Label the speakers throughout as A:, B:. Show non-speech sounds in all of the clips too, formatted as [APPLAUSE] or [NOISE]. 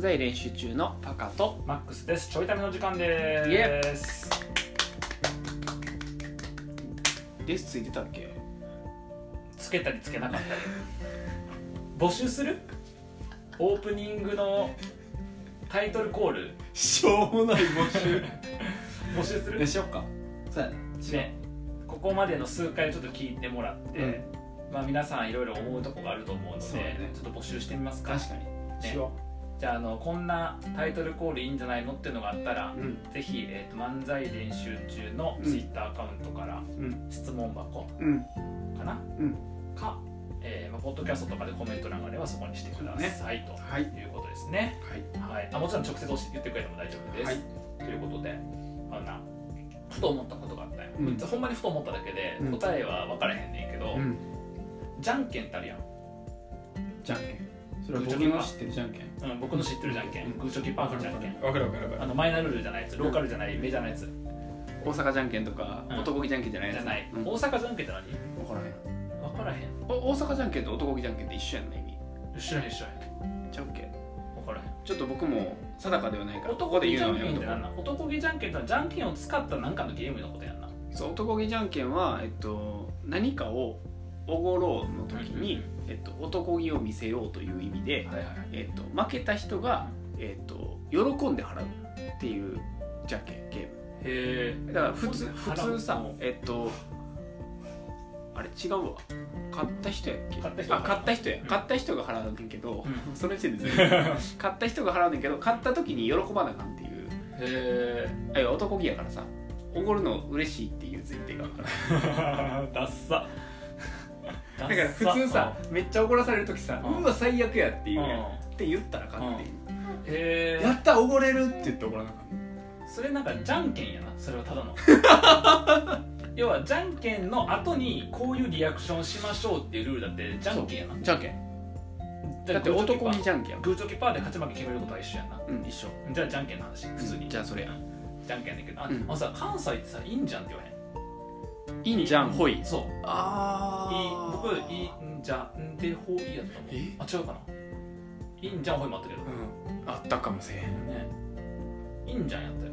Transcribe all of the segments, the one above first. A: 在練習中のパカと
B: マックスです。ちょいための時間です。
A: レッスン出たっけ
B: つけたりつけなかったり。募集するオープニングのタイトルコール
A: しょうもない募集
B: 募
A: [LAUGHS]
B: 集す
A: え
B: る
A: しよっかそうやね
B: ね、ここまでの数回ちょっと聞いてもらって、
A: うん
B: まあ皆さんいろいろ思うとこがあると思うので
A: そうだね
B: ちょっと募集してみますか。
A: 確かにしよ
B: じゃああのこんなタイトルコールいいんじゃないのっていうのがあったら
A: う、うん
B: ぜひ、えー、と漫才練習中の
A: うん
B: ツイッターアカウントから
A: うん
B: 質問箱
A: うん
B: かな、
A: うん
B: か、えーまあ、ポッドキャストとかでコメント欄があればそこにしてください、
A: はい
B: ということですね、
A: はい
B: はい、あもちろん直接教えて言ってくれても大丈夫です、
A: はい
B: ということであんなふと思ったことがあったよ、
A: うん
B: ほんまにふと思っただけで
A: うん
B: 答えは分からへんねんけど、
A: うん
B: じゃんけんってあるやん、
A: じゃんけんそれは僕の知ってるじゃんけん
B: うん、僕の知ってるじゃんけん、
A: うん
B: グーチョキパーのじゃんけん
A: わかるわかるわ
B: あのマイナルールじゃないやつローカルじゃないメジャーなやつ
A: 大阪じゃんけんとか、
B: うん
A: 男気じゃんけんじゃない
B: じ
A: や
B: ゃ
A: つ
B: ない、
A: うん、
B: 大阪じゃんけんって何
A: 分からへん
B: 分からへん
A: お大阪じゃんけんと男気じゃんけんって一緒やんな意味
B: 知らへん知らへん
A: ちゃうっけ
B: 分からへん
A: ちょっと僕も定かではないからこ
B: 男
A: こで
B: 気じ
A: 言
B: ゃ
A: うんの
B: け
A: や
B: ん
A: め
B: っ
A: と
B: て
A: こ
B: 何なん男気じゃんけんってのはじゃんけんを使ったなんかのゲームのことやんな
A: うそう男気じゃんけんは、えっと、何かをおごろうの時に、
B: うんう
A: えっと、男気を見せようという意味で、
B: はいはい
A: えっと、負けた人が、えっと、喜んで払うっていうじゃんけんゲーム
B: へえ
A: だから普通
B: うん
A: 普通さ
B: うん
A: えっとあれ違うわ買った人やっけ
B: 買った人
A: あ買った人や、
B: うん
A: 買った人が払うねんけど、
B: う
A: それ時点で
B: [LAUGHS]
A: 全然買った人が払うねんけど買った時に喜ばなあかんっていう
B: へえ
A: あいや男気やからさおごるの嬉しいっていう前提があるから
B: ダッサ
A: [LAUGHS]
B: だ
A: だから普通さめっちゃ怒らされる時さ
B: うん
A: うわ最悪やって
B: う
A: い
B: ん
A: う
B: うん
A: やん
B: へ
A: って言ったら買っていう
B: え
A: やったおごれるって言って怒らなあかん
B: それなんかじゃんけんやなそれは
A: [LAUGHS]
B: ただの要はじゃんけんの後にこういうリアクションしましょうっていうルールだってじゃんけんやな
A: じゃんけんだって男気じゃんけんやもん
B: グーチョキパーで勝ち負け決めることは一緒やんな
A: うん一緒
B: じゃあじゃんけんの話普通に
A: じゃあそれや
B: じゃんけんだけどあ、
A: うん
B: あのさ関西ってさ「いいんじゃん」って言わへ
A: いいんじゃんほい
B: んそう
A: あ
B: いい
A: ー
B: 僕「いいんじゃん」でほいやったもん
A: え
B: あ違うかないいんじゃんほいもあったけど、
A: うん、あったかもしれへん
B: ねいいんじゃんやったよ、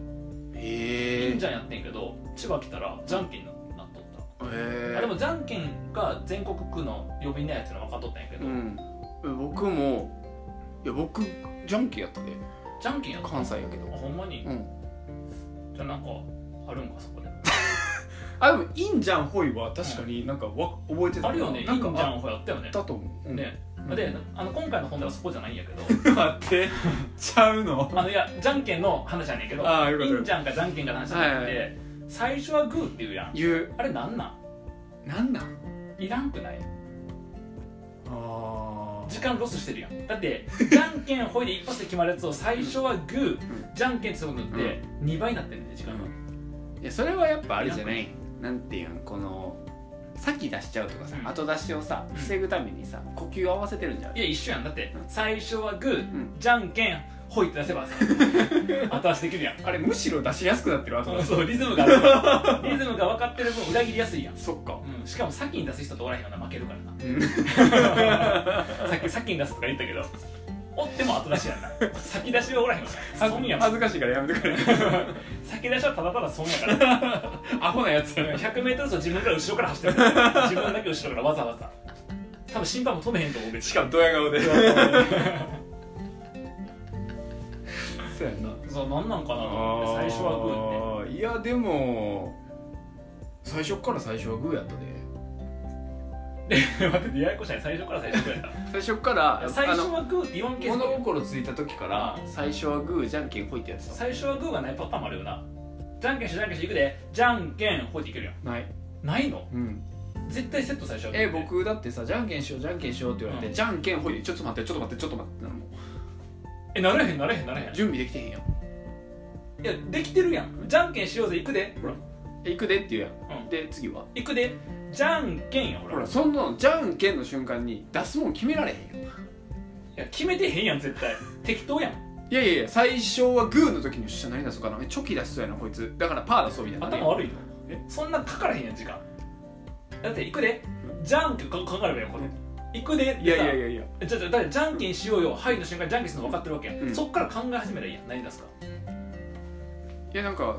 A: へ
B: いい
A: え
B: んじゃんやってんけど千葉来たらじゃんけんになっとった、
A: え
B: あでもじゃんけんが全国区の呼び名やつの分かっとったんやけど、
A: うんえ僕もいや僕ジャンケンやったで
B: じゃんけんやったあ
A: 関西やけど
B: ほんまに、
A: うん
B: じゃあなんかあるんかそこで
A: あでもいいんじゃんほいは確かになんかわ覚えてた
B: あるよねいいん
A: なんか
B: じゃん
A: あ
B: ほいあったよね
A: ったと思う、うん、
B: ね、
A: うん
B: であの今回の本題はそこじゃないんやけど
A: [LAUGHS]
B: [LAUGHS]
A: 待って [LAUGHS] ちゃうの
B: あのいやじゃんけんの話じゃねんけど
A: ああよかっ
B: い
A: たよ
B: い
A: か
B: ん
A: っ
B: じゃんかじゃんけんかの話じゃなくて、
A: はい
B: 最初はグーって言うや
A: た
B: ん
A: 言う
B: あれなんなん
A: なんなん
B: いらんくない
A: あ
B: 時間ロスしてるやんだってじゃんけんほいで一発で決まるやつを最初はグー、
A: ん
B: じゃんけんってすることによって2倍になってるんで時間が、
A: いやそれはやっぱあれじゃないなんていうんこの先出しちゃうとかさ、
B: うん
A: 後出しをさ
B: ん
A: 防ぐためにさ呼吸を合わせてるんじゃない
B: いや一緒やんだって
A: うん
B: 最初はグー、
A: うん
B: じゃんけんほいって出せ
A: [LAUGHS]
B: ばさ後足できるやん
A: あれむしろ出しやすくなってる後出し
B: そうリズムがあ
A: [LAUGHS]
B: るリズムが分かってる分裏切りやすいやん、
A: そっか
B: うん、しかも先に出す人とおらへんよな負けるからな
A: うん
B: さっき先に出すとか言ったけどおっても後出
A: [LAUGHS]
B: しやんな先出しはおらへんから損やもん
A: 恥ずかしいからやめてくれ
B: 先出しはただただ損やから
A: アホなやつ
B: 100m 走自分から後ろから走ってるから自分だけ後ろからわざわざ多分審判も止めへんと思う別に
A: しかもドヤ [LAUGHS] 顔でそうやんな
B: そうなんなんかなと思って最初はグーっ
A: ーっ
B: て
A: ていやでも最初から最初はグーやったで
B: で待ってややこしない最初から最初からや [LAUGHS] っ
A: 最初から
B: た最
A: あ
B: 初
A: の
B: はグーって言わんけど
A: 物心ついた時から
B: う
A: 最初はグーじゃんけんほいってやってた
B: 最初はグーがないパターンもあるよなじゃんけんしじゃんけんしいくでじゃんけんほいっていけるやん
A: ない、
B: ないの
A: うん、
B: 絶対セット最初はグー
A: え
B: って
A: 僕だってさじゃんけんしようじゃんけんしようって言われて、
B: うん
A: じゃんけんほいでちょっと待ってちょっと待ってちょっと待ってなのも
B: えなれへんなれへんなれへん
A: う準備できてへんやん
B: いやできてるやんじゃんけんしようぜいくでほら
A: え行くでって言うやん、
B: うん
A: で次はい
B: くでじゃんけんやほら
A: ほらそんなのじゃんけんの瞬間に出すもん決められへんよ
B: いや決めてへんやん絶対適当やん
A: いやいやいや最初はグーの時に「しゃ何出そうかなえチョキ出しそうやなこいつだからパー出そう」みたいな
B: 頭悪いよ
A: え
B: そんなかからへんやん時間だっていくでじゃんけんか考えればよこれ行くで
A: いやいやい
B: や
A: やいや
B: じゃじゃだからじゃんけんしようよはいの瞬間じゃんけんするの分かってるわけや、
A: うん
B: そっから考え始めたらいいやん何出すか
A: いやなんか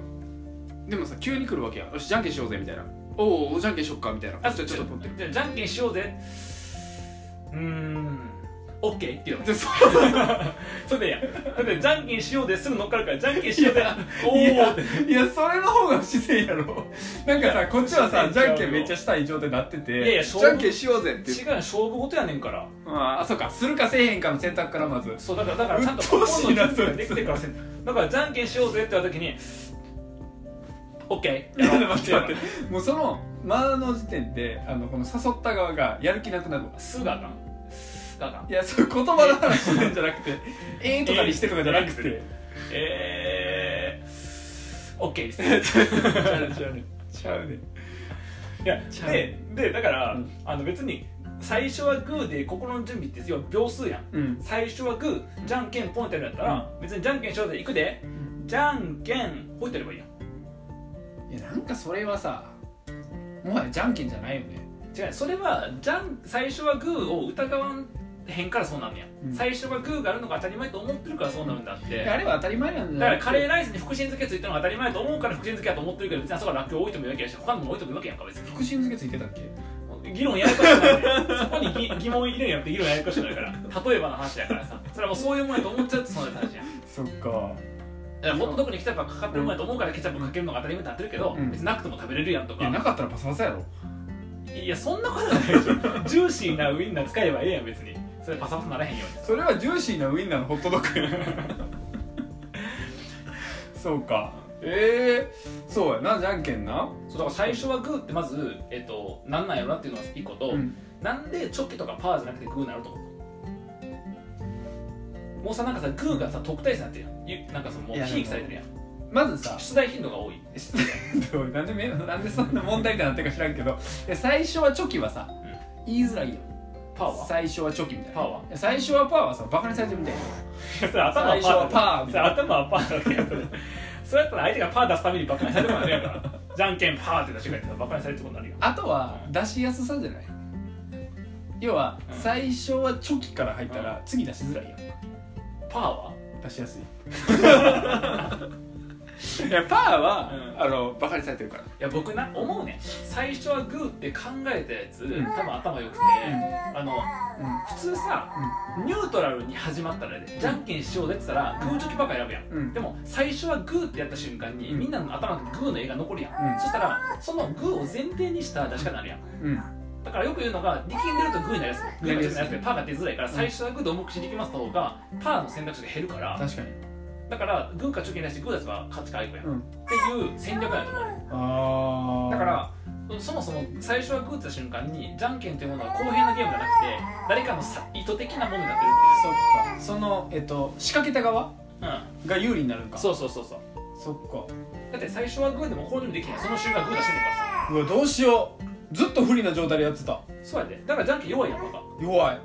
A: でもさ急に来るわけやんよしじゃんけんしようぜみたいなおうおうじゃんけんしよっかみたいな
B: あ
A: ちょちょっと待って
B: じゃあじゃんけんしようぜうーんオッケーっていうの
A: でそう
B: それでいいやだってじゃんけんしようですぐ乗っかるからじゃんけんしようぜお
A: い
B: ー
A: や
B: って
A: いやそれの方が不自然やろなんか
B: い
A: さ
B: や
A: こっちはさ
B: 不
A: じ
B: 自然ちゃう
A: ゃ
B: よ
A: んけんめっちゃしたい状態になってて
B: やいや
A: じゃんけんしようぜって
B: 違うよ勝負事やねんから
A: ああそうかするかせえへんかの選択からまず
B: そうだからだからちゃんと
A: 鬱陶しいな
B: 心の準備ができてからせんだからじゃんけんしようぜって言った時にオッケーやろう
A: 待って待ってもうその間の時点であのこの誘った側がやる気なくなるわ
B: すがかんすがかん
A: いやそういう言葉の話してんじゃなくてええとかにしてとかじゃなくて
B: えーオッケーです [LAUGHS]
A: ちゃうねちゃうね
B: いや
A: ちゃう
B: ででだから、
A: うん
B: あの別に最初はグーで心の準備って要は秒数やん
A: うん
B: 最初はグーじゃんけんポンってやるんだったら、別にじゃんけんしようぜ行くでじゃんけんほいってやればいいやん
A: いやなんかそれはさもはやじゃんけんじゃないよね
B: 違うそれはじゃん最初はグーを疑わんへんからそうなんねや、
A: うん
B: 最初はグーがあるのが当たり前と思ってるからそうなるんだって、
A: いやあれは当たり前なん
B: だ
A: だ
B: からカレー
A: ー
B: ライスに福神漬けついたのが当たり前と思うから福神漬けやと思ってるけど別にあそこはらっきょう置いてもいいわけやし他のもの置いてもいいわけやんか別
A: 福
B: に
A: 神漬けついてたっけ
B: 議論ややこしくないそこにぎ疑問入れるんやって議論ややこしくないから例えばの話やからさそれはもうそういうもんやと思っちゃうとそうなる話やん
A: そっか
B: だからホットドッグにケチャップがかかってるもんやと思うからケチャップかけるのが当たり前になってるけど、
A: うん
B: 別になくても食べれるやんと
A: いやな
B: か
A: かったらパサパサやろ
B: いやそんなことはないでしょジューシーなウインナー使えばええやん別にそれパサパサならへんように
A: それはジューシーなウインナーのホットドッ
B: [LAUGHS]
A: グそうかええそうやなじゃんけんな
B: そうだから最初はグーってまず、えっとなんなんやろなっていうのが一個と、
A: うん
B: なんでチョキとかパーじゃなくてグーなのと思ったもうさなんかさグーがさ特待生になってるやんゆなんかそのもう
A: いやでも
B: ひいきされてるやん
A: まずさ [LAUGHS]
B: 出題頻度が多い、
A: なんでめなんでそんな問題みたいになってるか知らんけどえ最初はチョキはさ、言いづらいよ
B: パーは
A: 最初はチョキみたい
B: パ
A: な
B: ーは
A: 最初はパーはさバカにされてるみたいな
B: それ頭
A: 最初はパーみ
B: それ
A: たいな
B: 頭はパーだけやからそれやったら相手がパー出すためにバカにされてるからねやから [LAUGHS] じゃんけんパーって出してくれたらバカにされてることになるよ
A: あとは出しやすさじゃない要は
B: うん
A: 最初はチョキから入ったら次出しづらいよ
B: パーは
A: 出しやす [LAUGHS] いいやパーは、
B: うん
A: あのバカにされてるから
B: いや僕な思うね最初はグーって考えたやつ、
A: ん
B: 多分頭良くて、あ
A: う
B: の普通さニュートラルに始まったらでじゃんけんしようでって言ったらグーチョキばっか選ぶやん
A: んうん
B: でも最初はグーってやった瞬間に、
A: うん
B: みんなの頭のグーの絵が残るやん、
A: うん
B: そしたらそのグーを前提にした出し方になるやん
A: うん
B: だからよく言うのが力んでるとグーになりやすいグーになりやすい
A: なりやすい
B: パーが出づらいから
A: うん
B: 最初はグーで重くし力ませた方がパーの選択肢が減るから
A: 確かに
B: だからグーかチョキに対してグー出せば勝ちかあいこやん、
A: うん
B: っていう戦略なんだと思うよ
A: あ
B: だからそもそも最初はグーって言った瞬間にじゃんけんというものは公平なゲームじゃなくて誰かのさ意図的なものになってる
A: そっかそのえっと仕掛けた側
B: っていう、う
A: が有利になるんか
B: ん、そうそうそうそう
A: そっか
B: だって最初はグーでもこうでもできないその瞬間グー出してるからさ
A: うわどうしようずっと不利な状態でやってた
B: そうやでだからじゃんけん弱いやんパ
A: 弱い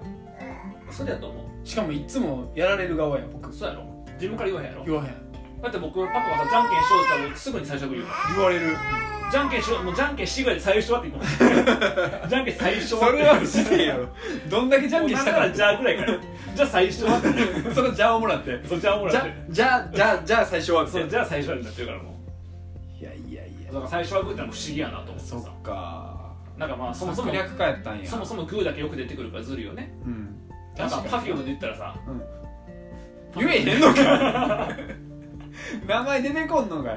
B: パそれやと思う
A: しかもいつもやられる側や僕
B: そうやろ自分から言わへんやろ
A: 言わへん
B: だって僕パパがさじゃんけんしようって言ったらすぐに最初は言うよ
A: 言われる
B: じゃんけんしようもうじゃんけんしてぐらいで最初はって言
A: [LAUGHS]
B: うもんじゃんけん最初
A: そ
B: は
A: れは不自然やろ [LAUGHS] どんだけじゃんけん
B: な
A: し
B: ん
A: た
B: な
A: から
B: じゃあぐらいからじゃあ最初はって
A: そのじゃをもらって
B: そうじゃあもら
A: じ
B: っ
A: ゃ
B: て
A: じゃじゃじゃあ最初はみた
B: そ
A: いうな
B: じゃあ最初はになってるからもう
A: いやいやい
B: だから最初はグーってのは不思議やなと思って
A: そ
B: さ
A: っか
B: なんかまあそもそ
A: 策
B: も
A: 略家やったんや
B: そもそもグーだけよく出てくるからずるいよね
A: うん
B: なんか
A: 確かに
B: パフュームで言ったらさ
A: うん言えへんのか [LAUGHS] 名前出てこんのか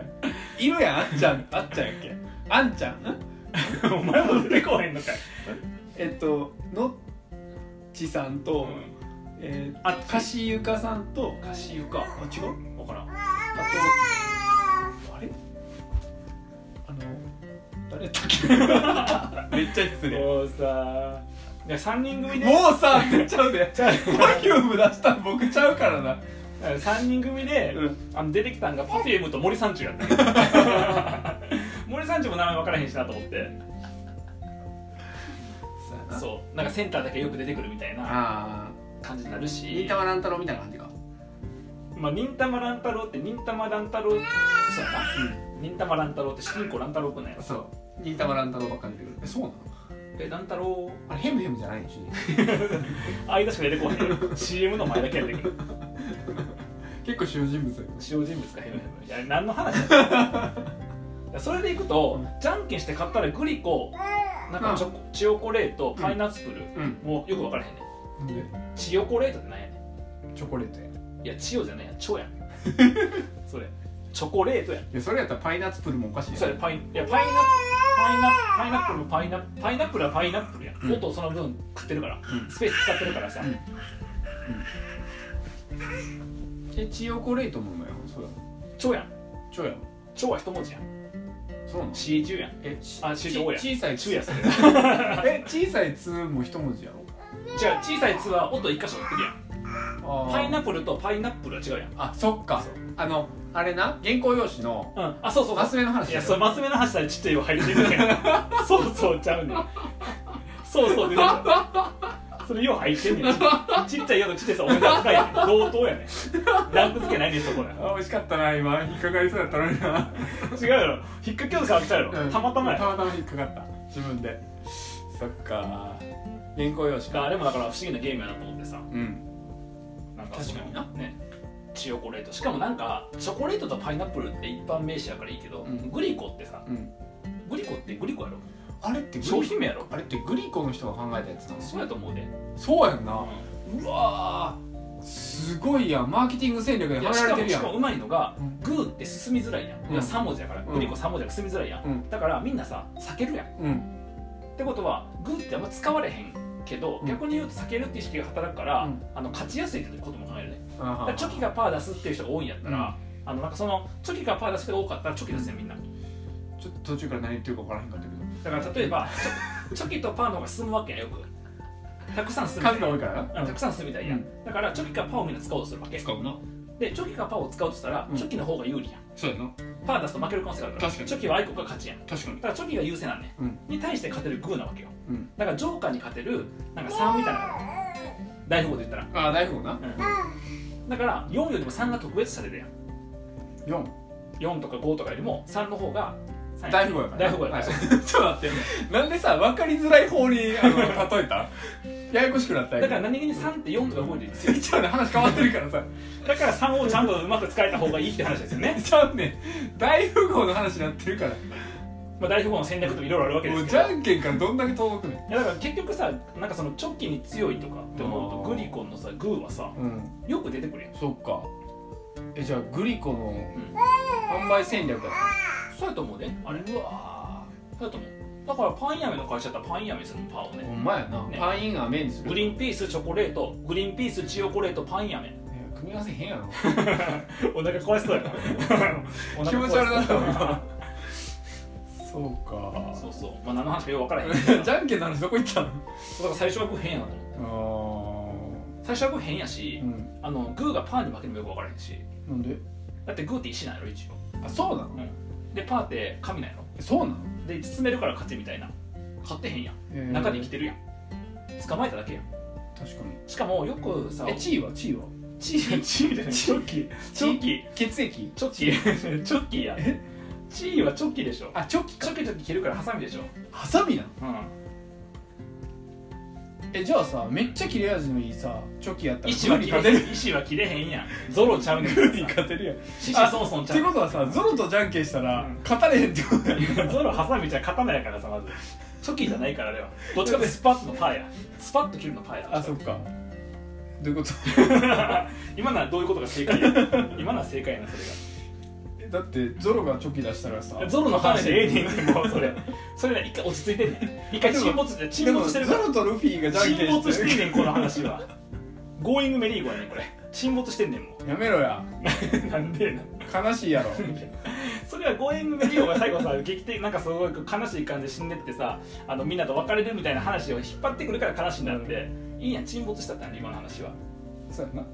A: いいるやんあっちゃんあっちゃんやっけあんちゃんん
B: お前も出てこへんのかい、
A: えっとのっちさん
B: う
A: と、
B: ん、
A: えー
B: あっ
A: かしゆかさんと
B: かしゆか
A: あ違う
B: 分からん
A: あとあれあの誰やったっけめっちゃ失
B: もうさで3人組で
A: もうさめっちゃうで
B: じゃあ
A: Perfume 出したん僕ちゃうからな
B: 3人組で、
A: うん
B: あの出てきたんが Perfume と森三中やった
A: [LAUGHS]
B: 森三中も名前分からへんしなと思って
A: そう
B: そうなんかセンターだけよく出てくるみたいな
A: ああ
B: 感じになる
A: 新
B: し
A: 玉乱太郎みたいな感じか
B: まあ忍たま乱太郎って忍たま乱太郎そうやな忍たま乱太郎って主人公乱太郎くんなんや
A: そう新玉乱太郎ばっかり出てくるえそうなの
B: ペダン太郎
A: あれヘムヘムじゃないし [LAUGHS]
B: 間しか出てこない CM の前だけやってくる
A: 結構主要人物や
B: 主要人物かヘムヘムいや何の話だったの [LAUGHS] それでいくと、じゃんけんして買ったらグリコなんかチョコチョコレートパイナップル、
A: うん
B: もうよく分からへんねんチヨコレートってなんやね
A: チョコレートやい
B: んいやチヨじゃないやチョや [LAUGHS] んそれチョコレートやん
A: やそれやったらパイナッツプルもおかしい
B: それ
A: やん
B: パイいやパイナパイナパイナップルもパイナパイナップルはパイナップルや、
A: うん
B: ん、音をその分食ってるから、
A: うん
B: スペース使ってるからさ、
A: うんえチヨコレートもうまいよそうや
B: チョやん
A: チョや
B: チョは一文字やん
A: そうなの
B: C10 やん
A: えち
B: あ
A: ち
B: ちょや
A: 小さい
B: チュやそれ
A: [LAUGHS] え小さい「つ」も一文字やろ
B: じゃあ小さい「つ」は音一箇所売ってるやん
A: あー
B: パイナップルとパイナップルは違うやん
A: あそっか
B: そう
A: あのあれな原稿用紙の
B: うんあそうそう
A: マ
B: そ
A: ス目の
B: う
A: 話
B: いやそれマス目の話したらちっちゃいよ入れてるやんそうそうちゃうねんそうそう出てくるそれよう入ってんねんちっちゃいよとちっちゃいさ同じ扱いやねん同等やねんランク付けないねんそこら
A: あ美味しかったな今引っかかりそうだったのにな
B: 違うやろ引っ掛けようと触っちゃうやろ、
A: うん
B: たまたまや
A: た
B: ろ
A: またま引っかかった自分でそっか原稿用紙
B: あ
A: か
B: れもだから不思議なゲームやなと思ってさ
A: うん
B: なんかその
A: 確かに
B: ねチョコレートしかもなんかチョコレートとパイナップルって一般名詞やからいいけど、
A: うん
B: グリコってさ
A: うん
B: グリコってグリコやろ
A: あれってグリ
B: 商品名やろ
A: あれってグリコの人が考えたやつなの
B: そうやと思うで、
A: そうやん
B: う
A: なうわーすごいやんマーケティング戦略で
B: ん
A: や
B: いや
A: ら
B: し
A: れ
B: か
A: て
B: も
A: る
B: し
A: やん
B: かもうまいのが、
A: うん
B: グーって進みづらいやん、
A: うん
B: いや3文字やから
A: うん
B: グリコ3文字やから進みづらいやん、
A: うん
B: だからみんなさ避けるやんっ
A: うん
B: てことはグーってあんま使われへんけど、
A: うん
B: 逆に言うと避けるって意識が働くから、
A: うん
B: あの勝ちやすいってことも考えるね
A: あは
B: だ
A: は
B: からチョキがパー出すっていう人が多いんやったら、あのなんかそのチョキがパー出す人が多かったらチョキ出すねみんな
A: ちょっと途中から何言ってるか分からへんかったけど
B: だから例えばチョチョキとパーの方が進むわけやよくたくさん進む
A: 数が多いからな
B: うんたくさん進むみたいや、、
A: うん
B: だからチョキかパーをみんな使おうとするわけ
A: うな
B: でチョキかパーを使うとしたら、
A: うん
B: チョキの方が有利やん
A: そうやな
B: パー出すと負ける可能性があるから
A: 確かに
B: チョキはアイコが勝ちやんだ
A: 確かに
B: からチョキが優勢なんね、
A: うん
B: に対して勝てるグーなわけよ
A: うん
B: だからジョーカーに勝てるなんか3みたいな大富豪で言ったら、
A: ああ大富豪な
B: うんだから4よりも3が特別されるやん
A: 4
B: 4とか5とかよりも3の方が3や
A: 大富豪やから
B: 大富豪やから、
A: はい
B: [LAUGHS]
A: ちょっと待ってなんでさ分かりづらい方にあの例えたややこしくなった
B: だか
A: ら
B: ら何気に3って4とか5に必要
A: ちゃうね話変わってるからさ
B: だから3をちゃんとうまく使えた方がいいって話ですよね、
A: ちゃうね大富豪の話になってるから
B: まあ、大富豪の戦略とかいろいろあるわけで
A: も
B: す
A: う
B: け
A: じ
B: ど
A: ゃんけんからどんだけ遠のくね
B: いやだから結局さなんかそのチョキに強いとかって思うと
A: あー
B: グリコンのさグーはさ
A: うん
B: よく出てくるやん、
A: そっかえじゃあグリコの
B: うん
A: 販売戦略だ
B: そうやと思うねあれうわーそうやと思うだからパンやめの会社だったらパンやめするのパンを
A: ほ
B: ね
A: んまやな
B: ね
A: パインがメンにする
B: グリーンピースチョコレートグリーンピースチヨコレートパンやめ
A: いや組み合わせ変やろ
B: [LAUGHS] お腹壊しそうやな
A: [LAUGHS]
B: お
A: 気
B: 腹壊
A: 持ち
B: しそう
A: 悪なったもん今そう [LAUGHS] か
B: そうそうまあ何の話かよく分 [LAUGHS] からへん
A: じゃんけんの話どこ行ったの
B: だから最初はグー変やなと思って
A: あ
B: 最初はグー変やし
A: ーうん
B: あのグーがパーに負けるのもよく分からへんし
A: なんで
B: だってグーって石なんやろ一応
A: あそうなの
B: でパーって紙なんやろ
A: そうなの
B: で進めるから勝ちみたいな勝ってへんやん中で生きてるやん捕まえただけやん
A: 確かに
B: しかもよくさ
A: え地位は地位は
B: チーチーじゃない [LAUGHS] チョキチョキ
A: 血液
B: チョキチョキや
A: え
B: チーはチョキでしょ
A: あチョキ
B: チョキチョキ切るからハサミでしょ
A: ハサミなの
B: うん
A: えじゃあさめっちゃ切れ味のいいさチョキやったら
B: 意志は
A: グーに
B: 切れ
A: 勝て
B: へ
A: る
B: ん意志は切れへんやんゾロちゃうねん
A: グーに勝てるやんっ
B: シシソンソンちゃ
A: てことはさゾロとじゃんけんしたら
B: うん
A: 勝たれへんってことや
B: うゾロハサミじゃ刀やからさまずチョキじゃないからあれはどっちかってスパッとのパーやスパッと切るのパーや
A: あそっかどういうこと
B: 今ならどういうことが正 [LAUGHS] 解や今なら正解やなそれが
A: えだってゾロがチョキ出したらさ
B: ゾロの話でええね
A: 勝たれへん
B: んもうそれ [LAUGHS] それな一回落ち着いてんねん一回沈没して
A: で
B: 沈
A: も
B: 没して
A: ゾ
B: るから
A: ロとルフィがじゃんけ
B: 沈
A: ん
B: 没
A: して
B: し
A: る
B: てんねんこの話はゴーイングメリーゴーやねんこれ沈没してんねんも
A: やめろや
B: う [LAUGHS] なんでやな
A: 悲しいやろ
B: それはゴーイングメリーゴーが最後さ劇的なんかすごい悲しい感じで死んでってさあのみんなと別れるみたいな話を引っ張ってくるから悲しいんだって、いいやん沈没したったんで今の話は
A: そうやな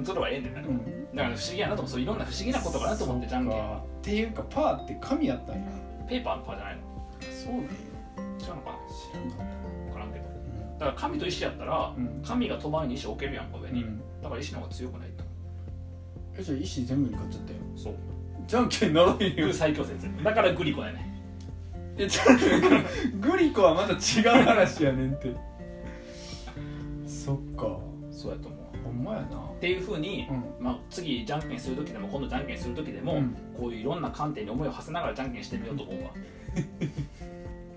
B: うんゾロはええねんな、だから不思議やなと思うそういろんな不思議なことかなと思ってじゃんけん
A: そっかっていうかパーって神やったんや
B: ペーパーのパーじゃないの
A: そうなんや
B: 違うのかな
A: 知らんかっ
B: 分からんけどだから神と石やったら、
A: うん
B: 神が飛ばいに石を置けるやんか上
A: た
B: に、だから石の方が強くないと
A: えじゃあ石全部に勝っちゃったよ
B: そう
A: じゃんけんならへん
B: グ
A: よ
B: ー最強説だからグリコだよね
A: いやちょっとなんかグリコはまた違う話やねんってそっか
B: そうやと思う
A: ほんまやな
B: っていうふうに、
A: うん
B: まあ、次じゃんけんする時でも今度じゃんけんする時でも、
A: うん
B: こういういろんな観点に思いを馳せながらじゃんけんしてみようと思うわ
A: い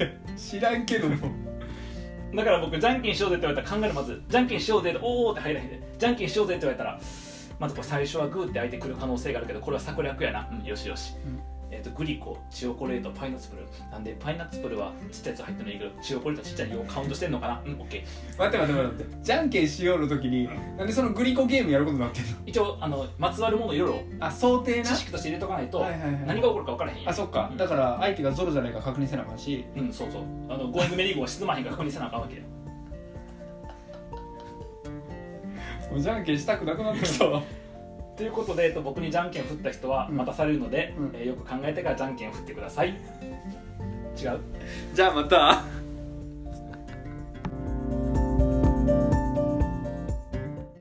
A: や知らんけども
B: だから僕じゃんけんしようぜって言われたら考えるまずじゃんけんしようぜっておーおーって入らへんでじゃんけんしようぜって言われたらまずこれ最初はグーって相手来る可能性があるけどこれは策略やな、うん、よしよし、
A: うん
B: えっとグリコチオコレートパイナッツプルなんでパイナッツプルはちっちゃいやつ入ってないけどチオコレートはちっちゃいよカウントしてんのかなうんオッケー
A: 待って待って待ってじゃんけんしようの時になんでそのグリコゲームやることになってんの
B: 一応あのまつわるものいろいろ
A: あ想定
B: 知識として入れとかないと、
A: はいはいはい
B: 何が起こるか分からへんやん
A: あそっか
B: うん
A: だから相手がゾロじゃないか確認せなあかんし
B: うんそうそうあのゴーイングメリーゴーは沈まへんから確認せなあかんわけよ
A: もうじゃんけんしたくなくなってきたわ
B: ということで、えっと、僕にじゃんけん振った人は
A: うん
B: 待たされるので、
A: うん
B: えーよく考えてからじゃんけん振ってください違う
A: [LAUGHS] じゃあまた